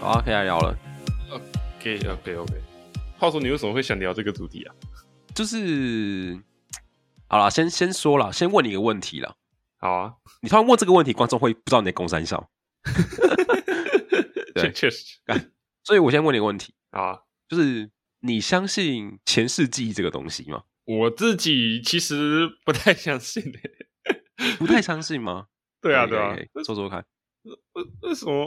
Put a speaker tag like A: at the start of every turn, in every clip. A: 好啊，可以来聊了。
B: OK OK OK。话说你为什么会想聊这个主题啊？
A: 就是，好啦，先先说啦，先问你一个问题啦。
B: 好啊，
A: 你突然问这个问题，观众会不知道你在攻三小，对
B: 确确实
A: 所以我先问你一个问题，
B: 好啊。
A: 就是你相信前世记忆这个东西吗？
B: 我自己其实不太相信 诶、
A: 不太相信吗？
B: 对啊
A: 可以
B: 对啊
A: 可以，可以说说看。
B: 为为什么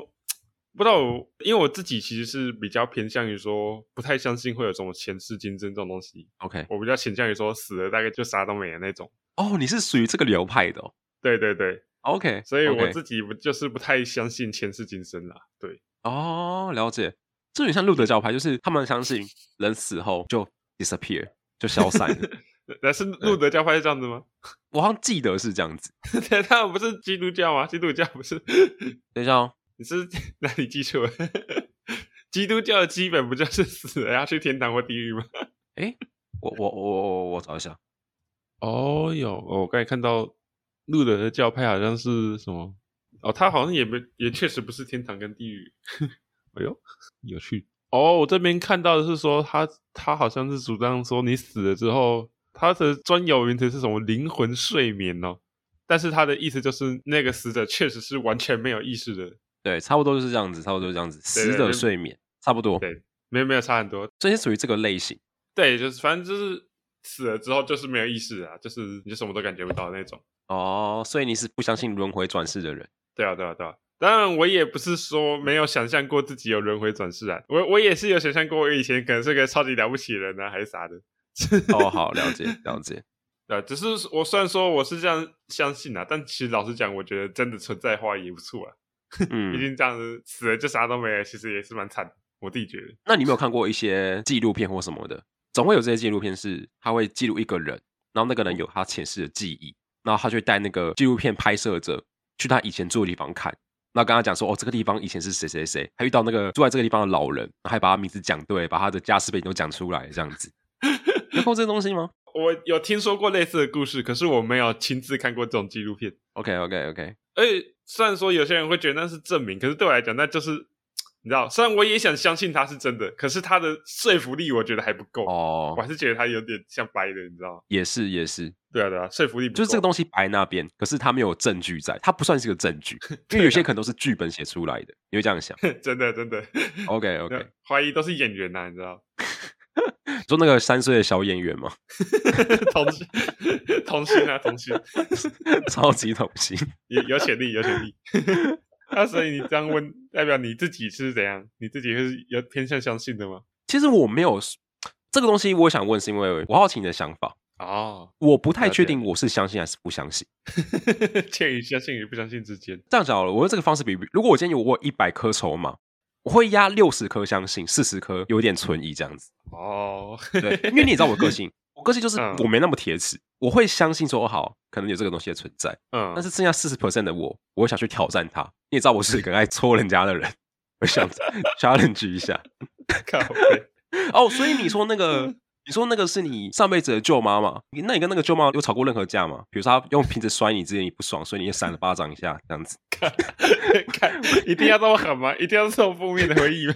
B: 不知道我？因为我自己其实是比较偏向于说，不太相信会有什么前世今生这种东西。
A: OK，
B: 我比较倾向于说，死了大概就啥都没了那种。
A: 哦，你是属于这个流派的、哦。
B: 对对对，
A: OK，
B: 所以我
A: OK
B: 自己不就是不太相信前世今生啦。对，
A: 哦，了解，这有点像路德教派，就是他们相信人死后就 disappear 就消散 了。
B: 但是路德教派是这样子吗？
A: 我好像记得是这样子。
B: 对，他们不是基督教吗？基督教不是？
A: 等一下哦，
B: 你是 哪里记错了？基督教的基本不就是死了要去天堂或地狱吗？
A: 我我我我我找一下，
B: 哦，有，哦我刚才看到路德的教派好像是什么？哦，他好像也没，也确实不是天堂跟地狱。 哎呦，有趣。哦，我这边看到的是说他他好像是主张说你死了之后，他的专有名词是什么灵魂睡眠哦。但是他的意思就是那个死者确实是完全没有意识的，
A: 对，差不多就是这样子，差不多就是这样子，
B: 对
A: 死
B: 对
A: 者
B: 对
A: 睡眠差不多，
B: 对没有没有差很多。
A: 这些属于这个类型。
B: 对，就是反正就是死了之后就是没有意识啊，就是你就什么都感觉不到那种。
A: 哦，所以你是不相信轮回转世的人。
B: 对啊，对啊，对啊。当然，我也不是说没有想象过自己有轮回转世啊，我我也是有想象过，我以前可能是个超级了不起的人啊，还是啥的。
A: 哦，好，了解了解。
B: 对啊，只是我虽然说我是这样相信啊，但其实老实讲，我觉得真的存在的话也不错啊。毕
A: 嗯，
B: 竟这样子死了就啥都没了，其实也是蛮惨的，我自己觉得。
A: 那你有没有看过一些纪录片或什么的？总会有这些纪录片是他会记录一个人，然后那个人有他前世的记忆，然后他就会带那个纪录片拍摄者去他以前住的地方看。那跟他讲说，哦，这个地方以前是谁谁谁，还遇到那个住在这个地方的老人，还把他名字讲对，把他的家世背景都讲出来，这样 子。有看过这个东西吗
B: 我有听说过类似的故事，可是我没有亲自看过这种纪录片。
A: ？OK OK OK，
B: 而且哎虽然说有些人会觉得那是证明，可是对我来讲，那就是你知道，虽然我也想相信它是真的，可是它的说服力我觉得还不够，
A: 哦
B: 我，还是觉得它有点像掰的，你知道吗？
A: 也是也是，
B: 对啊，对啊，说服力不够
A: 就是这个东西摆在那边，可是他没有证据在，他不算是个证 据，因为
B: 啊
A: 有些可能都是剧本写出来的，你会这样想。
B: 真的真的啊
A: OK OK，
B: 怀疑都是演员呐、你知道，
A: 说那个三岁的小演员嘛，
B: 同心同心啊，同心，
A: 超级童星。
B: 有有潜力，有潜力。那所以你这样问，代表你自己是怎样？你自己是有偏向相信的吗？
A: 其实我没有这个东西，我想问是因为我好奇你的想法，
B: 哦，
A: 我不太
B: 了解
A: 确定我是相信还是不相信。
B: 介于相信与不相信之间。
A: 这样讲好了，我用这个方式比喻，如果我今天有我一百颗筹码，我会压六十颗相信，四十颗有点存疑这样子。
B: 哦，
A: 对，因为你也知道我个性，我个性就是
B: 嗯
A: 我没那么铁齿，我会相信说哦好，可能有这个东西的存在。
B: 嗯，
A: 但是剩下四十 percent 的我，我会想去挑战他。你也知道我是一个爱戳人家的人，我想 challenge 一下。
B: 靠背。
A: 哦，所以你说那个，
B: 嗯
A: 你说那个是你上辈子的舅妈嘛？你那你跟那个舅妈有吵过任何架吗？比如说她用瓶子摔你之前你不爽，所以你也扇了巴掌一下这样子。
B: 看，一定要这么狠吗？一定要这么负面的回忆吗？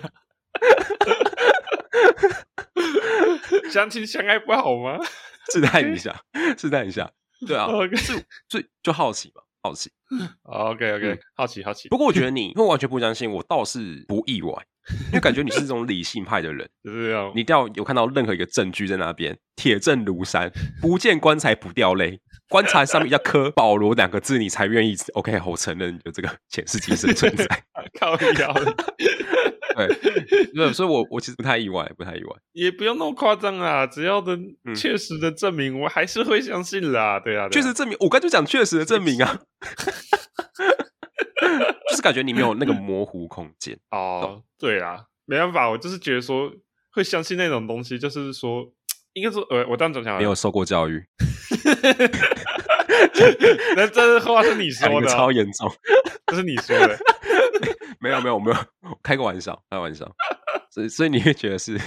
B: 相亲相爱不好吗？
A: 试探一下，试探一下。对啊，
B: OK
A: 是最就好奇嘛，好奇。
B: OK OK，、好
A: 嗯
B: 奇好奇，
A: 不过我觉得你会完全不相信，我倒是不意外，因为感觉你是这种理性派的人。
B: 就是要
A: 你一定要有看到任何一个证据在那边，铁证如山，不见棺材不掉泪。棺材上面要刻“保罗”两个字，你才愿意。OK，我承认有这个 前世今生存在。
B: 靠腰，
A: 对，对，所以我我其实不太意外，不太意外。
B: 也不用那么夸张啊，只要能
A: 嗯
B: 确实的证明，我还是会相信啦。对啊，对
A: 确
B: 啊
A: 实证明，我刚就讲确实的证明啊， 就是感觉你没有那个模糊空间。
B: 哦，对啊，没办法，我就是觉得说会相信那种东西，就是说。应该说，呃，我当总讲
A: 没有，受过教育，
B: 那这话是 你
A: 讲一
B: 说
A: 个
B: 的啊，
A: 超严重。
B: 这是你说的，
A: 没有没有没有，开个玩笑，开玩笑。所以所以你会觉得是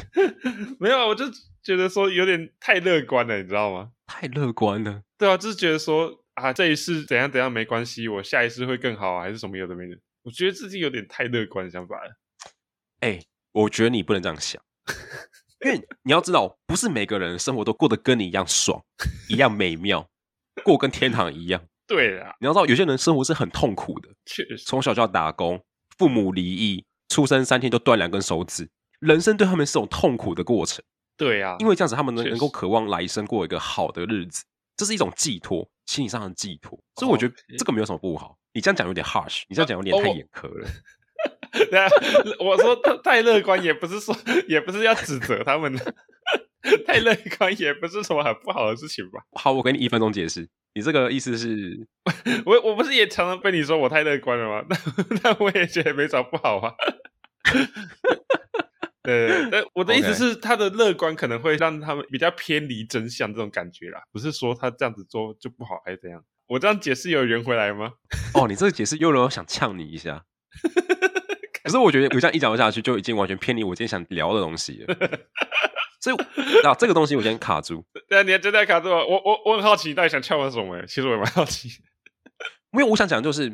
B: 没有，啊我就觉得说有点太乐观了，你知道吗？
A: 太乐观了。
B: 对啊，就是觉得说啊，这一世怎样怎样没关系，我下一世会更好啊，还是什么有的没的。我觉得自己有点太乐观的想法了。
A: 哎、我觉得你不能这样想，因为你要知道，不是每个人生活都过得跟你一样爽，一样美妙，过跟天堂一样。
B: 对啊，
A: 你要知道，有些人生活是很痛苦的，
B: 确实，
A: 从小就要打工，父母离异，出生三天就断两根手指，人生对他们是种痛苦的过程。
B: 对啊，
A: 因为这样子，他们能
B: 确
A: 能够
B: 实
A: 渴望来生过一个好的日子，这是一种寄托，心理上的寄托。所以我觉得
B: OK
A: 这个没有什么不好。你这样讲有点 harsh，你这样讲有点
B: 哦
A: 太
B: 我
A: 严苛了。
B: 那我说太太乐观，也不是说，也不是要指责他们的， 太乐观也不是什么很不好的事情吧。
A: 好，我给你一分钟解释。你这个意思是，
B: 我我不是也常常被你说我太乐观了吗？ 但但我也觉得没啥不好啊。 对，但我的意思
A: OK
B: 是，他的乐观可能会让他们比较偏离真相这种感觉啦，不是说他这样子做就不好还是怎样。我这样解释有圆回来吗？
A: 哦，你这个解释又让我想呛你一 下。可是我觉得我这样一讲下去，就已经完全偏离我今天想聊的东西了。所以，那这个东西我先卡住。
B: 对啊，你还真的卡住我，我我我很好奇，你到底想撬我什么、欸？其实我也蛮好奇。
A: 因为我想讲就是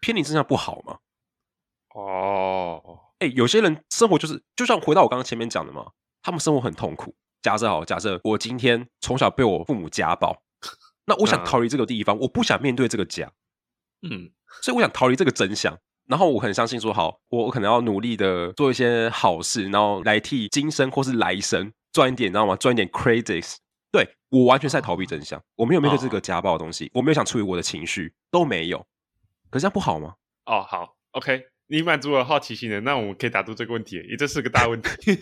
A: 偏离真相不好嘛。
B: 哦，
A: 哎、有些人生活就是，就像回到我刚刚前面讲的嘛，他们生活很痛苦。假设好，假设我今天从小被我父母家暴，那我想
B: 嗯
A: 逃离这个地方，我不想面对这个家，
B: 嗯，
A: 所以我想逃离这个真相。然后我很相信说，好，我我可能要努力的做一些好事，然后来替今生或是来生赚一点，你知道吗？赚一点 credits。对我完全是在逃避真相，我没有面对这个家暴的东西，我没有想处理我的情绪，都没有。可是这样不好吗？
B: 哦，好，OK，你满足我好奇心了，那我们可以打住这个问题，也这是个大问题。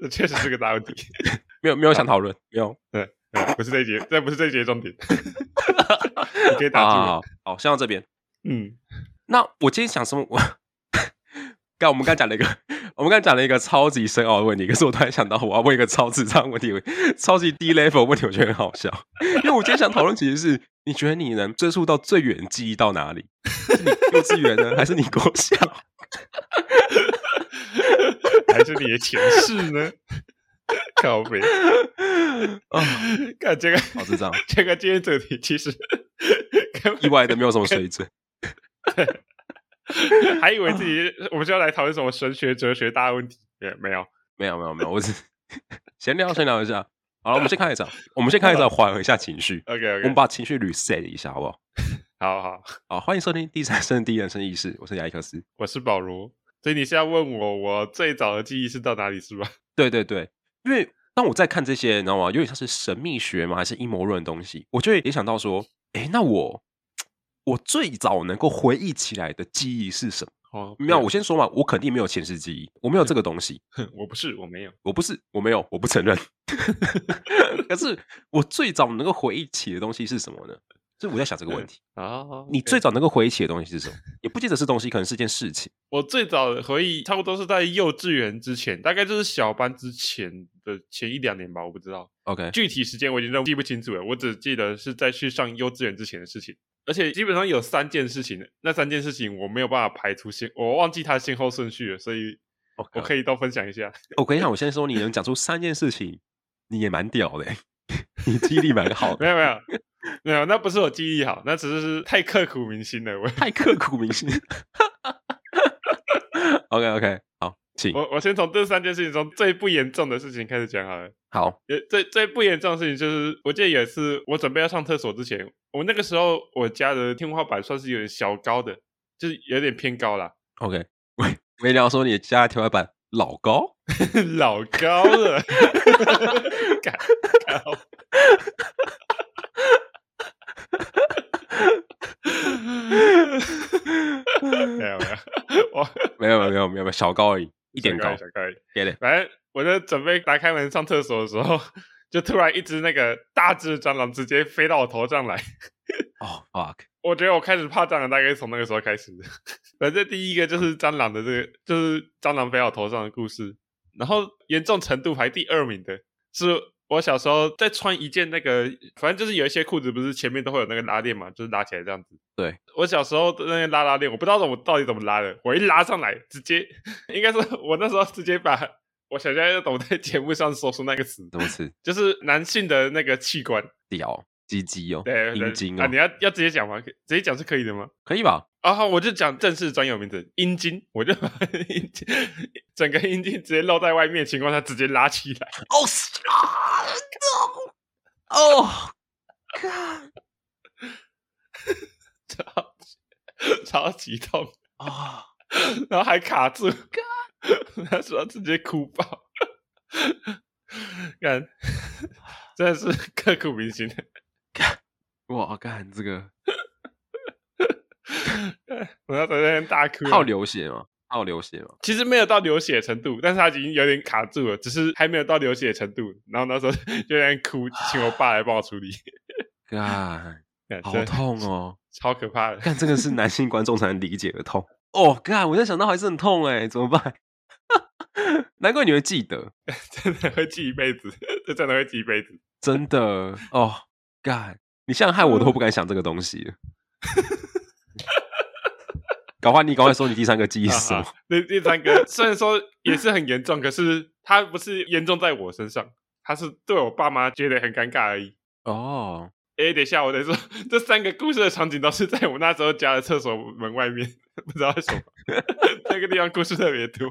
B: 这确实是个大问题，
A: 没有，没有想讨论，没有。
B: 嗯不是这一节，这不是这一节重点，你可以打
A: 好
B: 住
A: 好
B: 了。
A: 好，啊好，先到这边。
B: 嗯，
A: 那我今天想什么？我刚我们刚讲了一个，我们刚讲了一个超级深奥的问题，可是我突然想到，我要问一个超智障的问题，超级低 level 的问题，我觉得很好笑。因为我今天想讨论，其实是你觉得你能追溯到最远的记忆到哪里？是你幼稚园呢，还是你国小？
B: 还是你的前世呢？ 靠背，
A: 啊、
B: 看这个
A: 好智障，
B: 这个今天主题其实根
A: 意
B: 本
A: 外的没有什么水准。
B: 还以为自己我们是要来讨论什么神学、哲学大问题，也没有。
A: 没有没有没有，我只闲聊闲聊一下。好了，我们先看一场，我们先看一场，缓和一下情绪，
B: OK
A: 我
B: OK，
A: 们把情绪 reset 一下，好不好？
B: 好好，
A: 好，欢迎收听第三声第一人称意识，我是亚历克斯。
B: 我是保罗。所以你是要问我，我最早的记忆是到哪里是吧？
A: 对对对，因为当我在看这些，你知道吗？有点像是神秘学嘛，还是阴谋论的东西，我就会联想到说，哎，那我我最早能够回忆起来的记忆是什么？
B: 哦
A: 没有，我先说嘛，我肯定没有前世记忆，我没有这个东西，
B: 我不是，我没有。
A: 我不是，我没有，我不承认。 可是我最早能够回忆起的东西是什么呢？所以我在想这个问题，
B: 啊
A: 你最早能够回忆起的东西是什么？也不见得是东西，可能是件事情。
B: 我最早的回忆差不多是在幼稚园之前，大概就是小班之前的前一两年吧，我不知道
A: OK，
B: 具体时间，我已经记不清楚了。我只记得是在去上幼稚园之前的事情，而且基本上有三件事情，那三件事情我没有办法排除先，我忘记它先后顺序了，所以
A: OK
B: 我可以都分享一下。
A: 我跟你讲，我先说，你能讲出三件事情，你也蛮屌的欸、你记忆力蛮好
B: 没
A: 的，
B: 有没有 没有，那不是我记忆好，那只是太刻骨铭心了。我
A: 太刻骨铭心。OK OK，好，请
B: 我我先从这三件事情中最不严重的事情开始讲好了。
A: 好，
B: 呃，最最不严重的事情就是，我记得有一次我准备要上厕所之前，我那个时候我家的天花板算是有点小高的，就是有点偏高啦，
A: OK。我我也要说，你家的天花板老高，
B: 老高了， 干高。 没有没有，我
A: 没有没有没有没有没有小高而已，一点高
B: 小高一点
A: ，get it？
B: 反正我在准备打开门上厕所的时候，就突然一只那个大只的蟑螂直接飞到我头上来。
A: 哦、fuck，
B: 我觉得我开始怕蟑螂，大概是从那个时候开始的。 反正第一个就是蟑螂的这个，就是蟑螂飞到我头上的故事。然后严重程度排第二名的是我小时候在穿一件那个，反正就是有一些裤子不是前面都会有那个拉链嘛，就是拉起来这样子。
A: 对，
B: 我小时候的那个拉拉链，我不知道我到底怎么拉的，我一拉上来，直接 应该说我那时候直接把我想象要懂在节目上说出那个词，
A: 怎么吃？
B: 就是男性的那个器官，
A: 屌，鸡鸡哦，
B: 对，对
A: 阴茎
B: 啊，
A: 哦
B: 你，要要直接讲吗？可直接讲是可以的吗？
A: 可以吧？
B: 啊，好，我就讲正式专有名词，阴茎，我就把 阴茎整个阴茎直接露在外面的情况下，直接拉起来。
A: 哦是啊哦，看
B: 超超级痛，
A: 啊，
B: 然后还卡住，他说直接哭爆，看，真的是刻骨铭心。
A: 哇，干这个
B: 我要在那边大哭，
A: 好流血吗？好流血哦吗？
B: 其实没有到流血的程度，但是他已经有点卡住了，只是还没有到流血的程度。然后那时候就在那边哭，请我爸来帮我处理，
A: 干，
B: 干
A: 好
B: 真的
A: 痛哦！
B: 超可怕的。
A: 看这个是男性观众才能理解的痛哦。干，我现在想到还是很痛哎，怎么办？ 难怪你会记得，
B: 真的会记一辈子， 这真的会记一辈子。
A: 真的哦。干，你现在害我都不敢想这个东西了。赶快，你赶快说你第三个记忆是什
B: 啊
A: 么？
B: 啊那第三个 虽然说也是很严重，可是他不是严重在我身上，他是对我爸妈觉得很尴尬而已。
A: 哦，
B: 哎，等一下，我得说， 这三个故事的场景都是在我那时候家的厕所门外面， 不知道为什么那个地方故事特别多。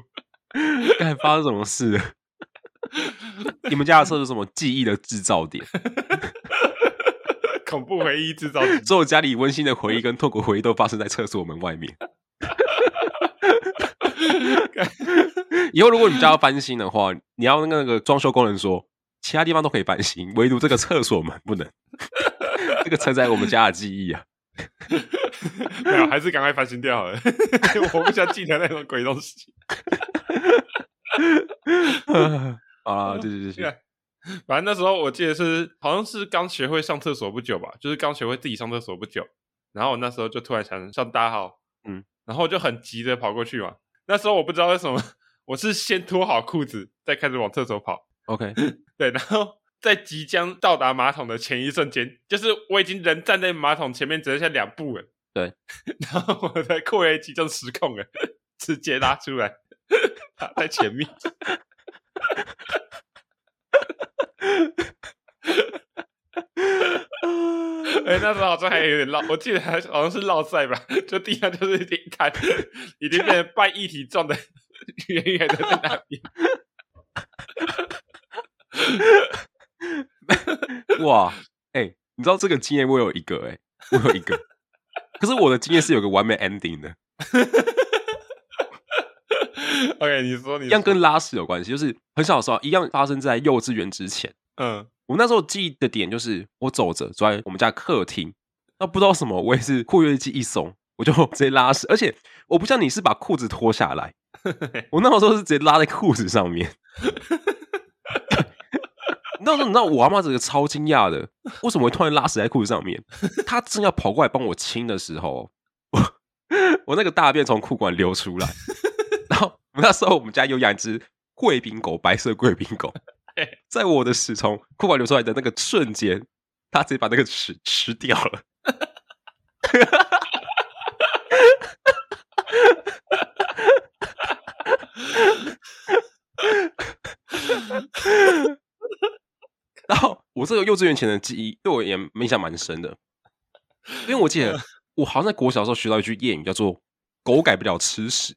A: 干发生什么事了？ 你们家的厕所是什么记忆的制造点？
B: 恐怖回忆制造机，
A: 所有家里温馨的回忆跟痛 苦回忆都发生在厕所门外面。以后如果你们家要翻新的话，你要跟那个装修工人说，其他地方都可以翻新，唯独这个厕所门不能。 这个承载我们家的记忆啊！
B: 没有，还是赶快翻新掉好了。 我不想记得那种鬼东西。
A: 好了，对对对对，
B: 反正那时候我记得是，好像是刚学会上厕所不久吧，就是刚学会自己上厕所不久。然后我那时候就突然想上大号，
A: 嗯，
B: 然后我就很急的跑过去嘛。那时候我不知道为什么，我是先脱好裤子，再开始往厕所跑。
A: OK，
B: 对，然后在即将到达马桶的前一瞬间，就是我已经人站在马桶前面只剩下两步了。
A: 对，
B: 然后我的括约肌就失控了， 直接拉出来， 打在前面。哎、那时候好像还有点落，我记得还好像是落塞吧，就地上就是一滩，已经变成半一体状的，远远的在那边。
A: 哇，哎、你知道这个经验我有一个、哎，我有一个， 可是我的经验是有个完美 ending 的，
B: OK，你说你
A: 一样
B: 说
A: 跟拉屎有关系，就是很小的时候，一样发生在幼稚园之前。
B: 嗯
A: 我那时候记忆的点就是，我走着走在我们家客厅，那不知道为什么，我也是括约肌一松，我就 直接拉屎，而且我不像你是把裤子脱下来，我那时候是直接拉在裤子上面。那时候你知道我阿妈整个超惊讶的，为什么会突然拉屎在裤子上面？她正要跑过来帮我清的时候， 我我那个大便从裤管流出来， 然后那时候我们家有养一只贵宾狗，白色贵宾狗，在我的屎从裤管流出来的那个瞬间，他直接把那个屎吃掉了。然后我这个幼稚园前的记忆对我也印象蛮深的，因为我记得我好像在国小的时候学到一句谚语，叫做“狗改不了吃屎”。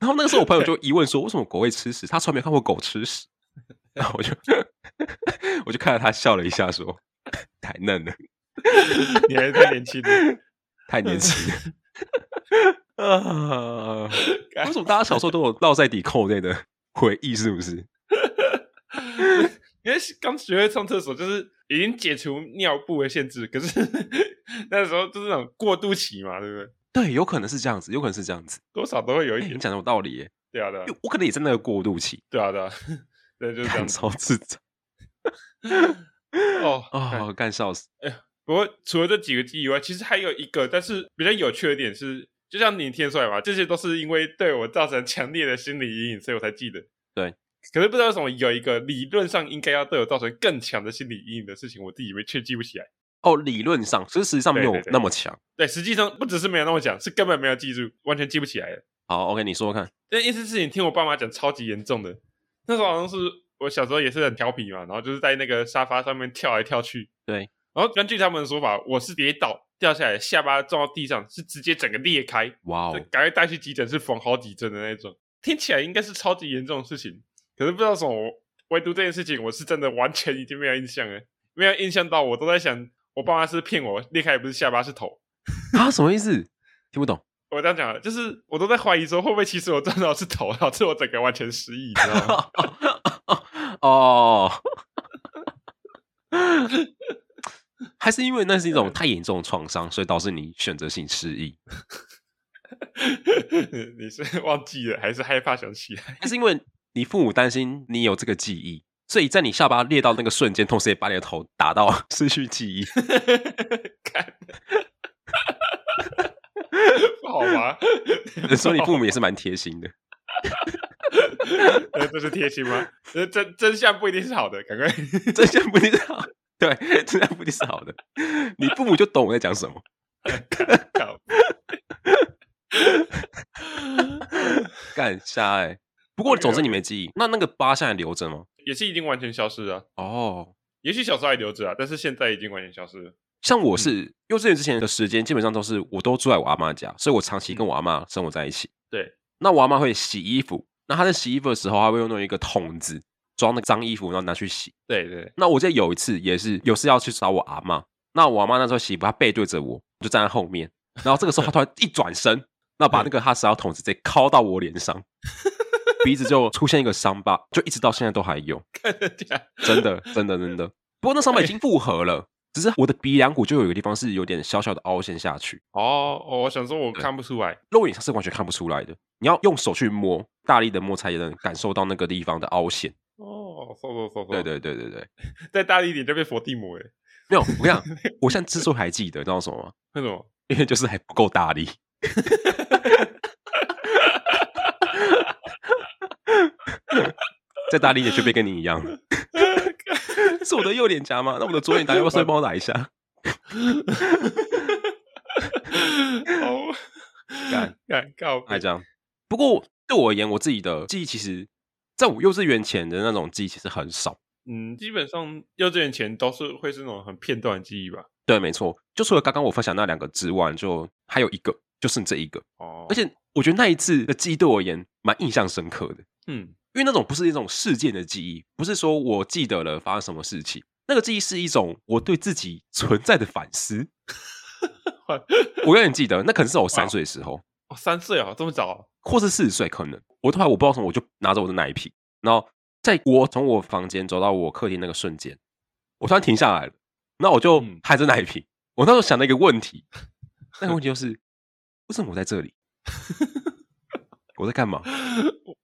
A: 然后那个时候我朋友就疑问说：“为什么狗会吃屎？他从来没看过狗吃屎。”然后我就 我就看着他笑了一下，说：“太嫩了，
B: 你还是太年轻了。
A: 太年轻了。” 啊！为什么大家小时候都有落在底扣内的回忆？是不是？
B: 因为刚学会上厕所，就是已经解除尿布的限制，可是那时候就是那种过渡期嘛，对不对？
A: 对，有可能是这样子，有可能是这样子。
B: 多少都会有
A: 哎，
B: 一点
A: 你。讲的有道理耶，
B: 对啊，对啊
A: 因，为我可能也在那个过渡期，
B: 对啊，对 啊，对，就是这样
A: 干
B: 子。
A: 超自责
B: 哦
A: 啊，干笑死。
B: 不过除了这几个记忆以外，其实还有一个，但是比较有趣的点是，就像你听出来吧，这些都是因为对我造成强烈的心理阴影，所以我才记得。
A: 对，
B: 可是不知道为什么有一个理论上应该要对我造成更强的心理阴影的事情，我自己没却记不起来。
A: 哦，理论上，其实实际上没有
B: 对对对
A: 那么强。
B: 对，实际上不只是没有那么讲，是根本没有记住，完全记不起来了。
A: 好，OK，你说说看。
B: 这一次事情听我爸妈讲超级严重的，那时候好像是我小时候也是很调皮嘛，然后就是在那个沙发上面跳来跳去。
A: 对，
B: 然后根据他们的说法，我是跌倒掉下来，下巴撞到地上，是直接整个裂开，
A: 哇
B: 就
A: 哦，
B: 赶快带去急诊室缝好几针的那种。听起来应该是超级严重的事情，可是不知道为什么我，唯独这件事情我是真的完全已经没有印象了，没有印象到我都在想，我爸妈是骗我，裂开也不是下巴是头。
A: 啊，什么意思？听不懂。
B: 我这样讲了，就是我都在怀疑说，会不会其实我撞到的是头，导致我整个完全失忆，你知 道吗？
A: 哦，还是因为那是一种太严重的创伤，所以导致你选择性失忆？
B: 你是忘记了，还是害怕想起来？
A: 还是因为你父母担心你有这个记忆，所以在你下巴裂到那个瞬间，同时也把你的头打到 失去记忆？
B: 看，不好 吗？
A: 所以你父母也是蛮贴心的。
B: 呃这是贴心吗？呃真真相不一定是好的，赶快。
A: 真相不知道，对，真相不定是好的。你父母就懂我在讲什么。
B: 搞
A: 干瞎哎、不过总之你没记忆，那那个疤现在留着吗？
B: 也是已经完全消失了啊、
A: 哦，
B: 也许小时候还留着啊，但是现在已经完全消失了。
A: 像我是幼稚园之前的时间，基本上都是我都住在我阿妈家，所以我长期跟我阿妈生活在一起。
B: 对，
A: 那我阿妈会洗衣服，那她在洗衣服的时候，她会用那一个桶子装那个脏衣服，然后拿去洗。
B: 对 对，
A: 那我记得有一次也是有事要去找我阿妈，那我阿妈那时候洗衣服，她背对着我，就站在后面，然后这个时候她突然一转身，那把那个她石膏桶直接敲到我脸上，鼻子就出现一个伤疤，就一直到现在都还有，
B: 看得见。
A: 真的真的真的。不过那伤疤已经复合了，只是我的鼻梁骨就有一个地方是有点小小的凹陷下去，
B: 哦，哦我想说我看不出来。
A: 肉眼上是完全看不出来的，你要用手去摸，大力的摸才能感受到那个地方的凹陷。
B: 哦，搜搜搜搜，
A: 对，对对对对，
B: 再大力一点就变佛地魔哎，
A: 没有，我跟你讲，我现在之所以还记得，你知道什么吗？
B: 为什么？
A: 因为就是还不够大力。再大力一点就变跟你一样， 是我的右脸颊吗？那我的左脸颊要不要顺便帮我打一下？
B: 哦，
A: 干
B: 干告
A: 还这样。不过对我而言，我自己的记忆其实，在我幼稚园前的那种记忆其实很少。
B: 嗯，基本上幼稚园前都是会是那种很片段的记忆吧。
A: 对，没错，就除了刚刚我分享那两个之外，就还有一个，就剩这一个。
B: 哦，
A: 而且我觉得那一次的记忆对我而言蛮印象深刻的。
B: 嗯，
A: 因为那种不是一种事件的记忆，不是说我记得了发生什么事情，那个记忆是一种我对自己存在的反思。
B: 哇
A: 我永远记得，那可能是我三岁的时候，
B: 哦三岁啊，这么早啊、
A: 或是四十岁，可能我突然我不知道什么，我就拿着我的奶瓶，然后在我从我房间走到我客厅那个瞬间，我突然停下来了，那我就
B: 嗯
A: 含着奶瓶，我那时候想了一个问 题，那个问题就是为什么我在这里？我在干嘛？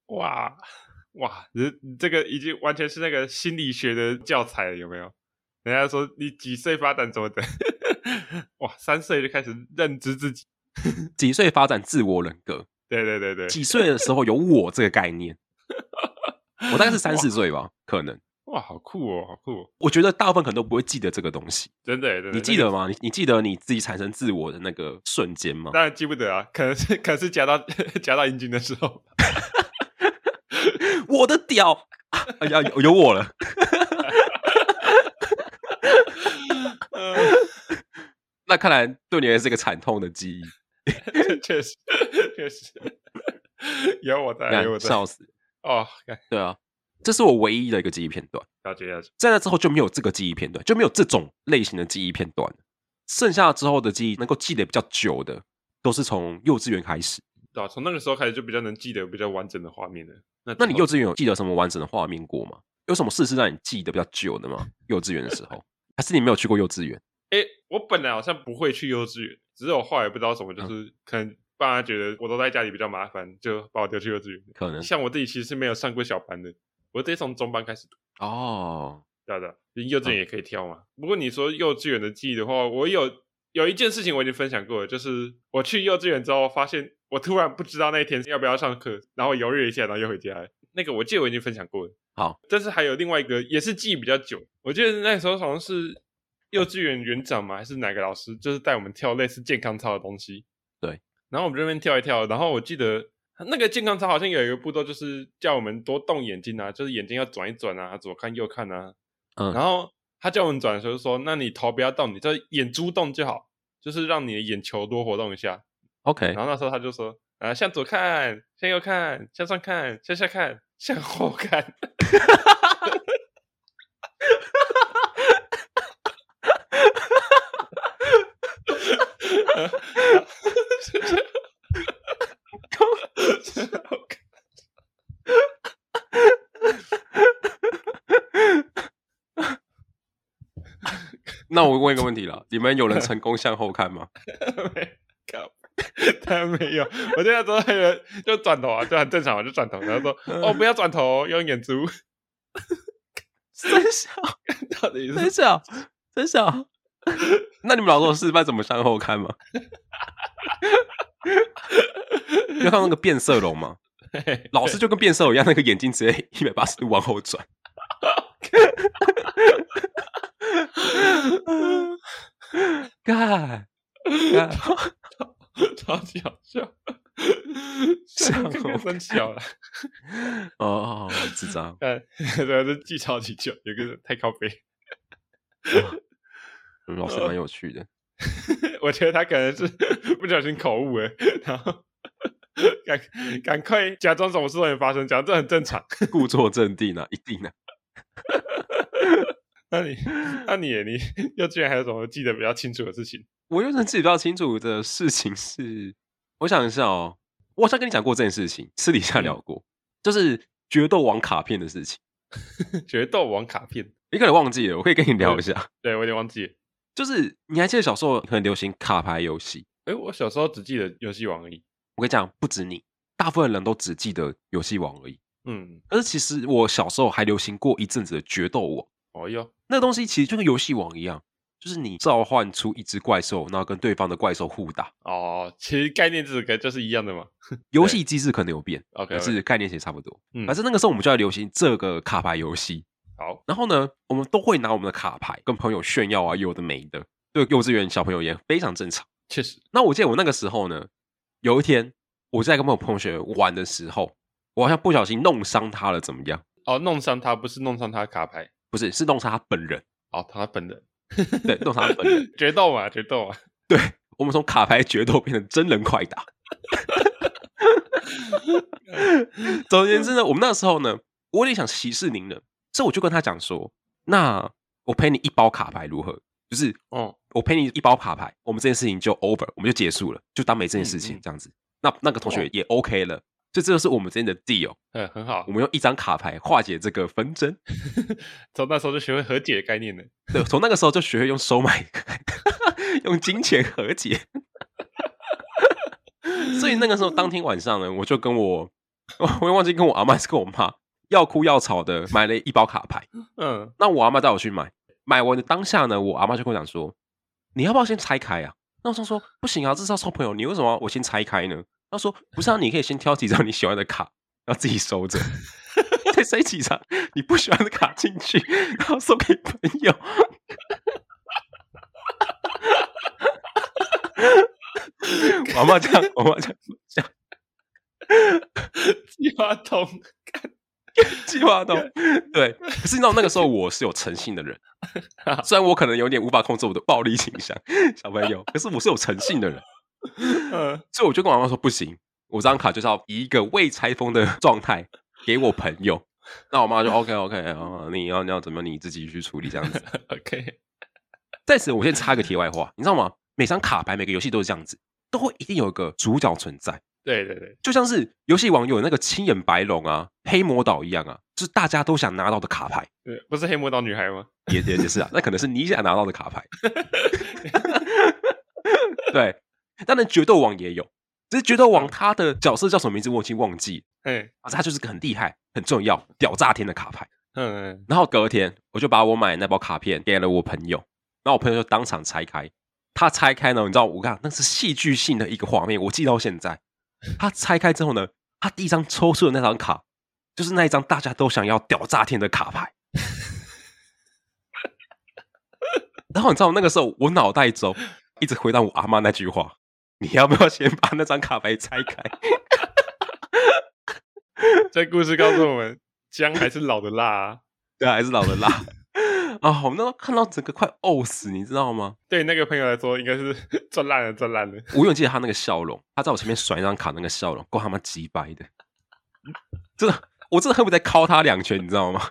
B: 哇哇，你你这个已经完全是那个心理学的教材了，有没有？人家说你几岁发展怎么的， 哇，三岁就开始认知自己，
A: 几岁发展自我人格？
B: 对对对对，
A: 几岁的时候有我这个概 念？我大概是三四岁吧，可能。
B: 哇，好酷哦，好酷、哦，
A: 我觉得大部分可能都不会记得这个东西。
B: 真的耶真的，
A: 你记
B: 那
A: 得
B: 个？
A: 吗？你你记得你自己产生自我的那个瞬间吗？
B: 当然记不得啊，可能是可能是夹到夹到阴茎的时候，
A: 我的屌，哎呀，有有我了！
B: 呃
A: 那看来对你也是一个惨痛的记忆，
B: 确实确实 有我在，
A: 干
B: 有我在，
A: 笑死。
B: 哦，干
A: 对啊，这是我唯一的一个记忆片段。
B: 了解了解，
A: 在那之后就没有这个记忆片段，就没有这种类型的记忆片段了。剩下之后的记忆能够记得比较久的，都是从幼稚园开始。
B: 对啊，从那个时候开始就比较能记得比较完整的画面了。那
A: 那你
B: 之后
A: 幼稚园有记得什么完整的画面过吗？有什么事是让你记得比较久的吗？幼稚园的时候， 还是你没有去过幼稚园？
B: 诶，我本来好像不会去幼稚园，只是我后来不知道什么，
A: 嗯
B: 就是、可能爸妈觉得我都在家里比较麻烦，就把我丢去幼稚园。
A: 可能
B: 像我自己其实是没有上过小班的，我直接从中班开始读，
A: 哦，
B: 对啊对啊，幼
A: 嗯
B: 稚园也可以挑嘛。不过你说幼稚园的记忆的话，我有有一件事情我已经分享过了，就是我去幼稚园之后，发现我突然不知道那一天要不要上课，然后犹豫了一下，然后又回家了。那个我记得我已经分享过了。
A: 好，
B: 但是还有另外一个也是记忆比较久，我记得那时候好像是幼稚园园长嘛，还是哪个老师，就是带我们跳类似健康操的东西。
A: 对，
B: 然后我们这边跳一跳，然后我记得那个健康操好像有一个步骤，就是叫我们多动眼睛啊，就是眼睛要转一转啊，左看右看啊。
A: 嗯
B: 然后他叫我们转的时候就说：“那你头不要动，你就眼珠动就好，就是让你的眼球多活动一下。”
A: ，OK，
B: 然后那时候他就说：“啊，向左看，向右看，向上看，向下看，向后看。 向后看”
A: 那我问一个问题了，你们有人成功向后看 吗？
B: 没靠，他没有。我现在都那个就转头啊，就很正常嘛，就转头。然后说：“哦，不要转头，用眼珠。
A: 真小，”
B: 到底是
A: 小，真小。 那你们老师有示范怎么向后看吗？ 有看到那个变色龙吗？老师就跟变色龙一样，那个眼睛直接一百八十度往后转。干，干
B: 超级好笑，哦
A: 像
B: 看
A: 我
B: 看真小了，
A: 哦，智障。
B: 但这是记超级久，有个人太靠背，
A: 嗯老师蛮有趣的，
B: 我觉得他可能是 不小心口误了，然后 赶赶快假装什么事都没发生，讲这很正常。
A: 故作镇定啊，一定啊。
B: 那你那你你幼稚园还有什么记得比较清楚的事情？
A: 我认真自己比较清楚的事情是，我想一下哦，我好像跟你讲过这件事情，私底下聊过，就是决斗王卡片的事情，
B: 决斗王卡片，
A: 你可能忘记了，我可以跟你聊一下。
B: 对我有点忘记了。
A: 就是你还记得小时候很流行卡牌游戏？
B: 哎，我小时候只记得游戏王而已。
A: 我跟你讲，不止你，大部分人都只记得游戏王而已。
B: 嗯，
A: 可是其实我小时候还流行过一阵子的决斗王，
B: 哦哟，
A: 那东西其实就跟游戏王一样，就是你召唤出一只怪兽，然后跟对方的怪兽互打。
B: 哦，其实概念这个就是一样的嘛。
A: 游戏机制可能有变，
B: OK，
A: 可是概念其实差不多。
B: 嗯
A: 反正那个时候我们就在流行这个卡牌游戏，
B: 好，
A: 然后呢，我们都会拿我们的卡牌跟朋友炫耀啊，有的没的，对幼稚园小朋友也非常正常。
B: 确实，
A: 那我记得我那个时候呢，有一天我在跟我同学玩的时候，我好像不小心弄伤他了，怎么样？
B: 哦，弄伤他不是弄伤他卡牌，
A: 不是，是弄伤他本人，
B: 哦，他本人，
A: 对，弄伤他本人。
B: 决斗嘛，决斗嘛，
A: 我们从卡牌决斗变成真人快打。 总而言之呢，我们那时候呢，我有点想息事宁人，所以我就跟他讲说：“那我赔你一包卡牌如何？就是
B: 哦，
A: 我赔你一包卡牌，我们这件事情就 over，我们就结束了，就当没这件事
B: 嗯
A: 情
B: 嗯
A: 这样子。那那个同学也 OK 了，所以这就是我们之间的 deal。
B: 嗯，很好
A: 我，们用一张卡牌化解这个纷争。
B: 从那时候就学会和解的概念了。
A: 对，从那个时候就学会用收买，用金钱和解。所以那个时候，当天晚上呢，我就跟我， 我我也忘记跟我阿妈还是跟我妈要哭要吵的买了一包卡牌。
B: 嗯，
A: 那我阿妈带我去买，买完的当下呢，我阿妈就跟我讲说：“你要不要先拆开啊？”那我就说：“不行啊，这是要送朋友，你为什么要我先拆开呢？”她说：“不是啊，你可以先挑几张你喜欢的卡，然后自己收着， 再塞几张你不喜欢的卡进去，然后送给朋友。”我阿妈这样，我阿妈这样讲，
B: 计划通，
A: 计划都对。可是你知道那个时候我是有诚信的 人，虽然我可能有点无法控制我的暴力倾向，小朋友，可是我是有诚信的人，
B: 嗯，
A: 所以我就跟我妈妈说不行，我这张卡就是要以一个未拆封的 状态给我朋友。那我妈就 OK OK，啊，你要你要怎么你自己去处理这样 子。
B: ，OK，
A: 在此我先插一个题外话，你知道吗？每张卡牌每个游戏都是这样子，都会一定有一个主角存在。
B: 对对对，
A: 就像是游戏网有那个青眼白龙啊、黑魔导一样啊，就是大家都想拿到的卡牌。
B: 对，不是黑魔导女孩吗？
A: 也也也是啊，那可能是你想拿到的卡牌。对，当然决斗王也有，只是决斗王他的角色叫什么名字我已经忘记，
B: 哎，
A: 啊，他就是个很厉害、很重要、屌炸天的卡牌。
B: 嗯，
A: 然后隔天我就把我买的那包卡片给了我朋友，然后我朋友就当场拆开。他拆开呢，你知道，我看那是戏剧性的一个画面，我记到现在。他拆开之后呢，他第一张抽出的那张卡，就是那一张大家都想要屌炸天的卡牌。 然后你知道那个时候，我脑袋中一直回荡我阿妈那句话：“你要不要先把那张卡牌拆开？”
B: 这故事告诉我们，姜还是老的辣啊，
A: 对啊，还是老的辣。啊，我那时候看到整个快呕死，你知道吗？
B: 对那个朋友来说，应该是 赚烂了，赚烂了。
A: 我永远记得他那个笑容，他在我前面甩一张卡，那个笑容够他妈鸡掰的，真的，我真的恨不得敲他两拳，你知道吗？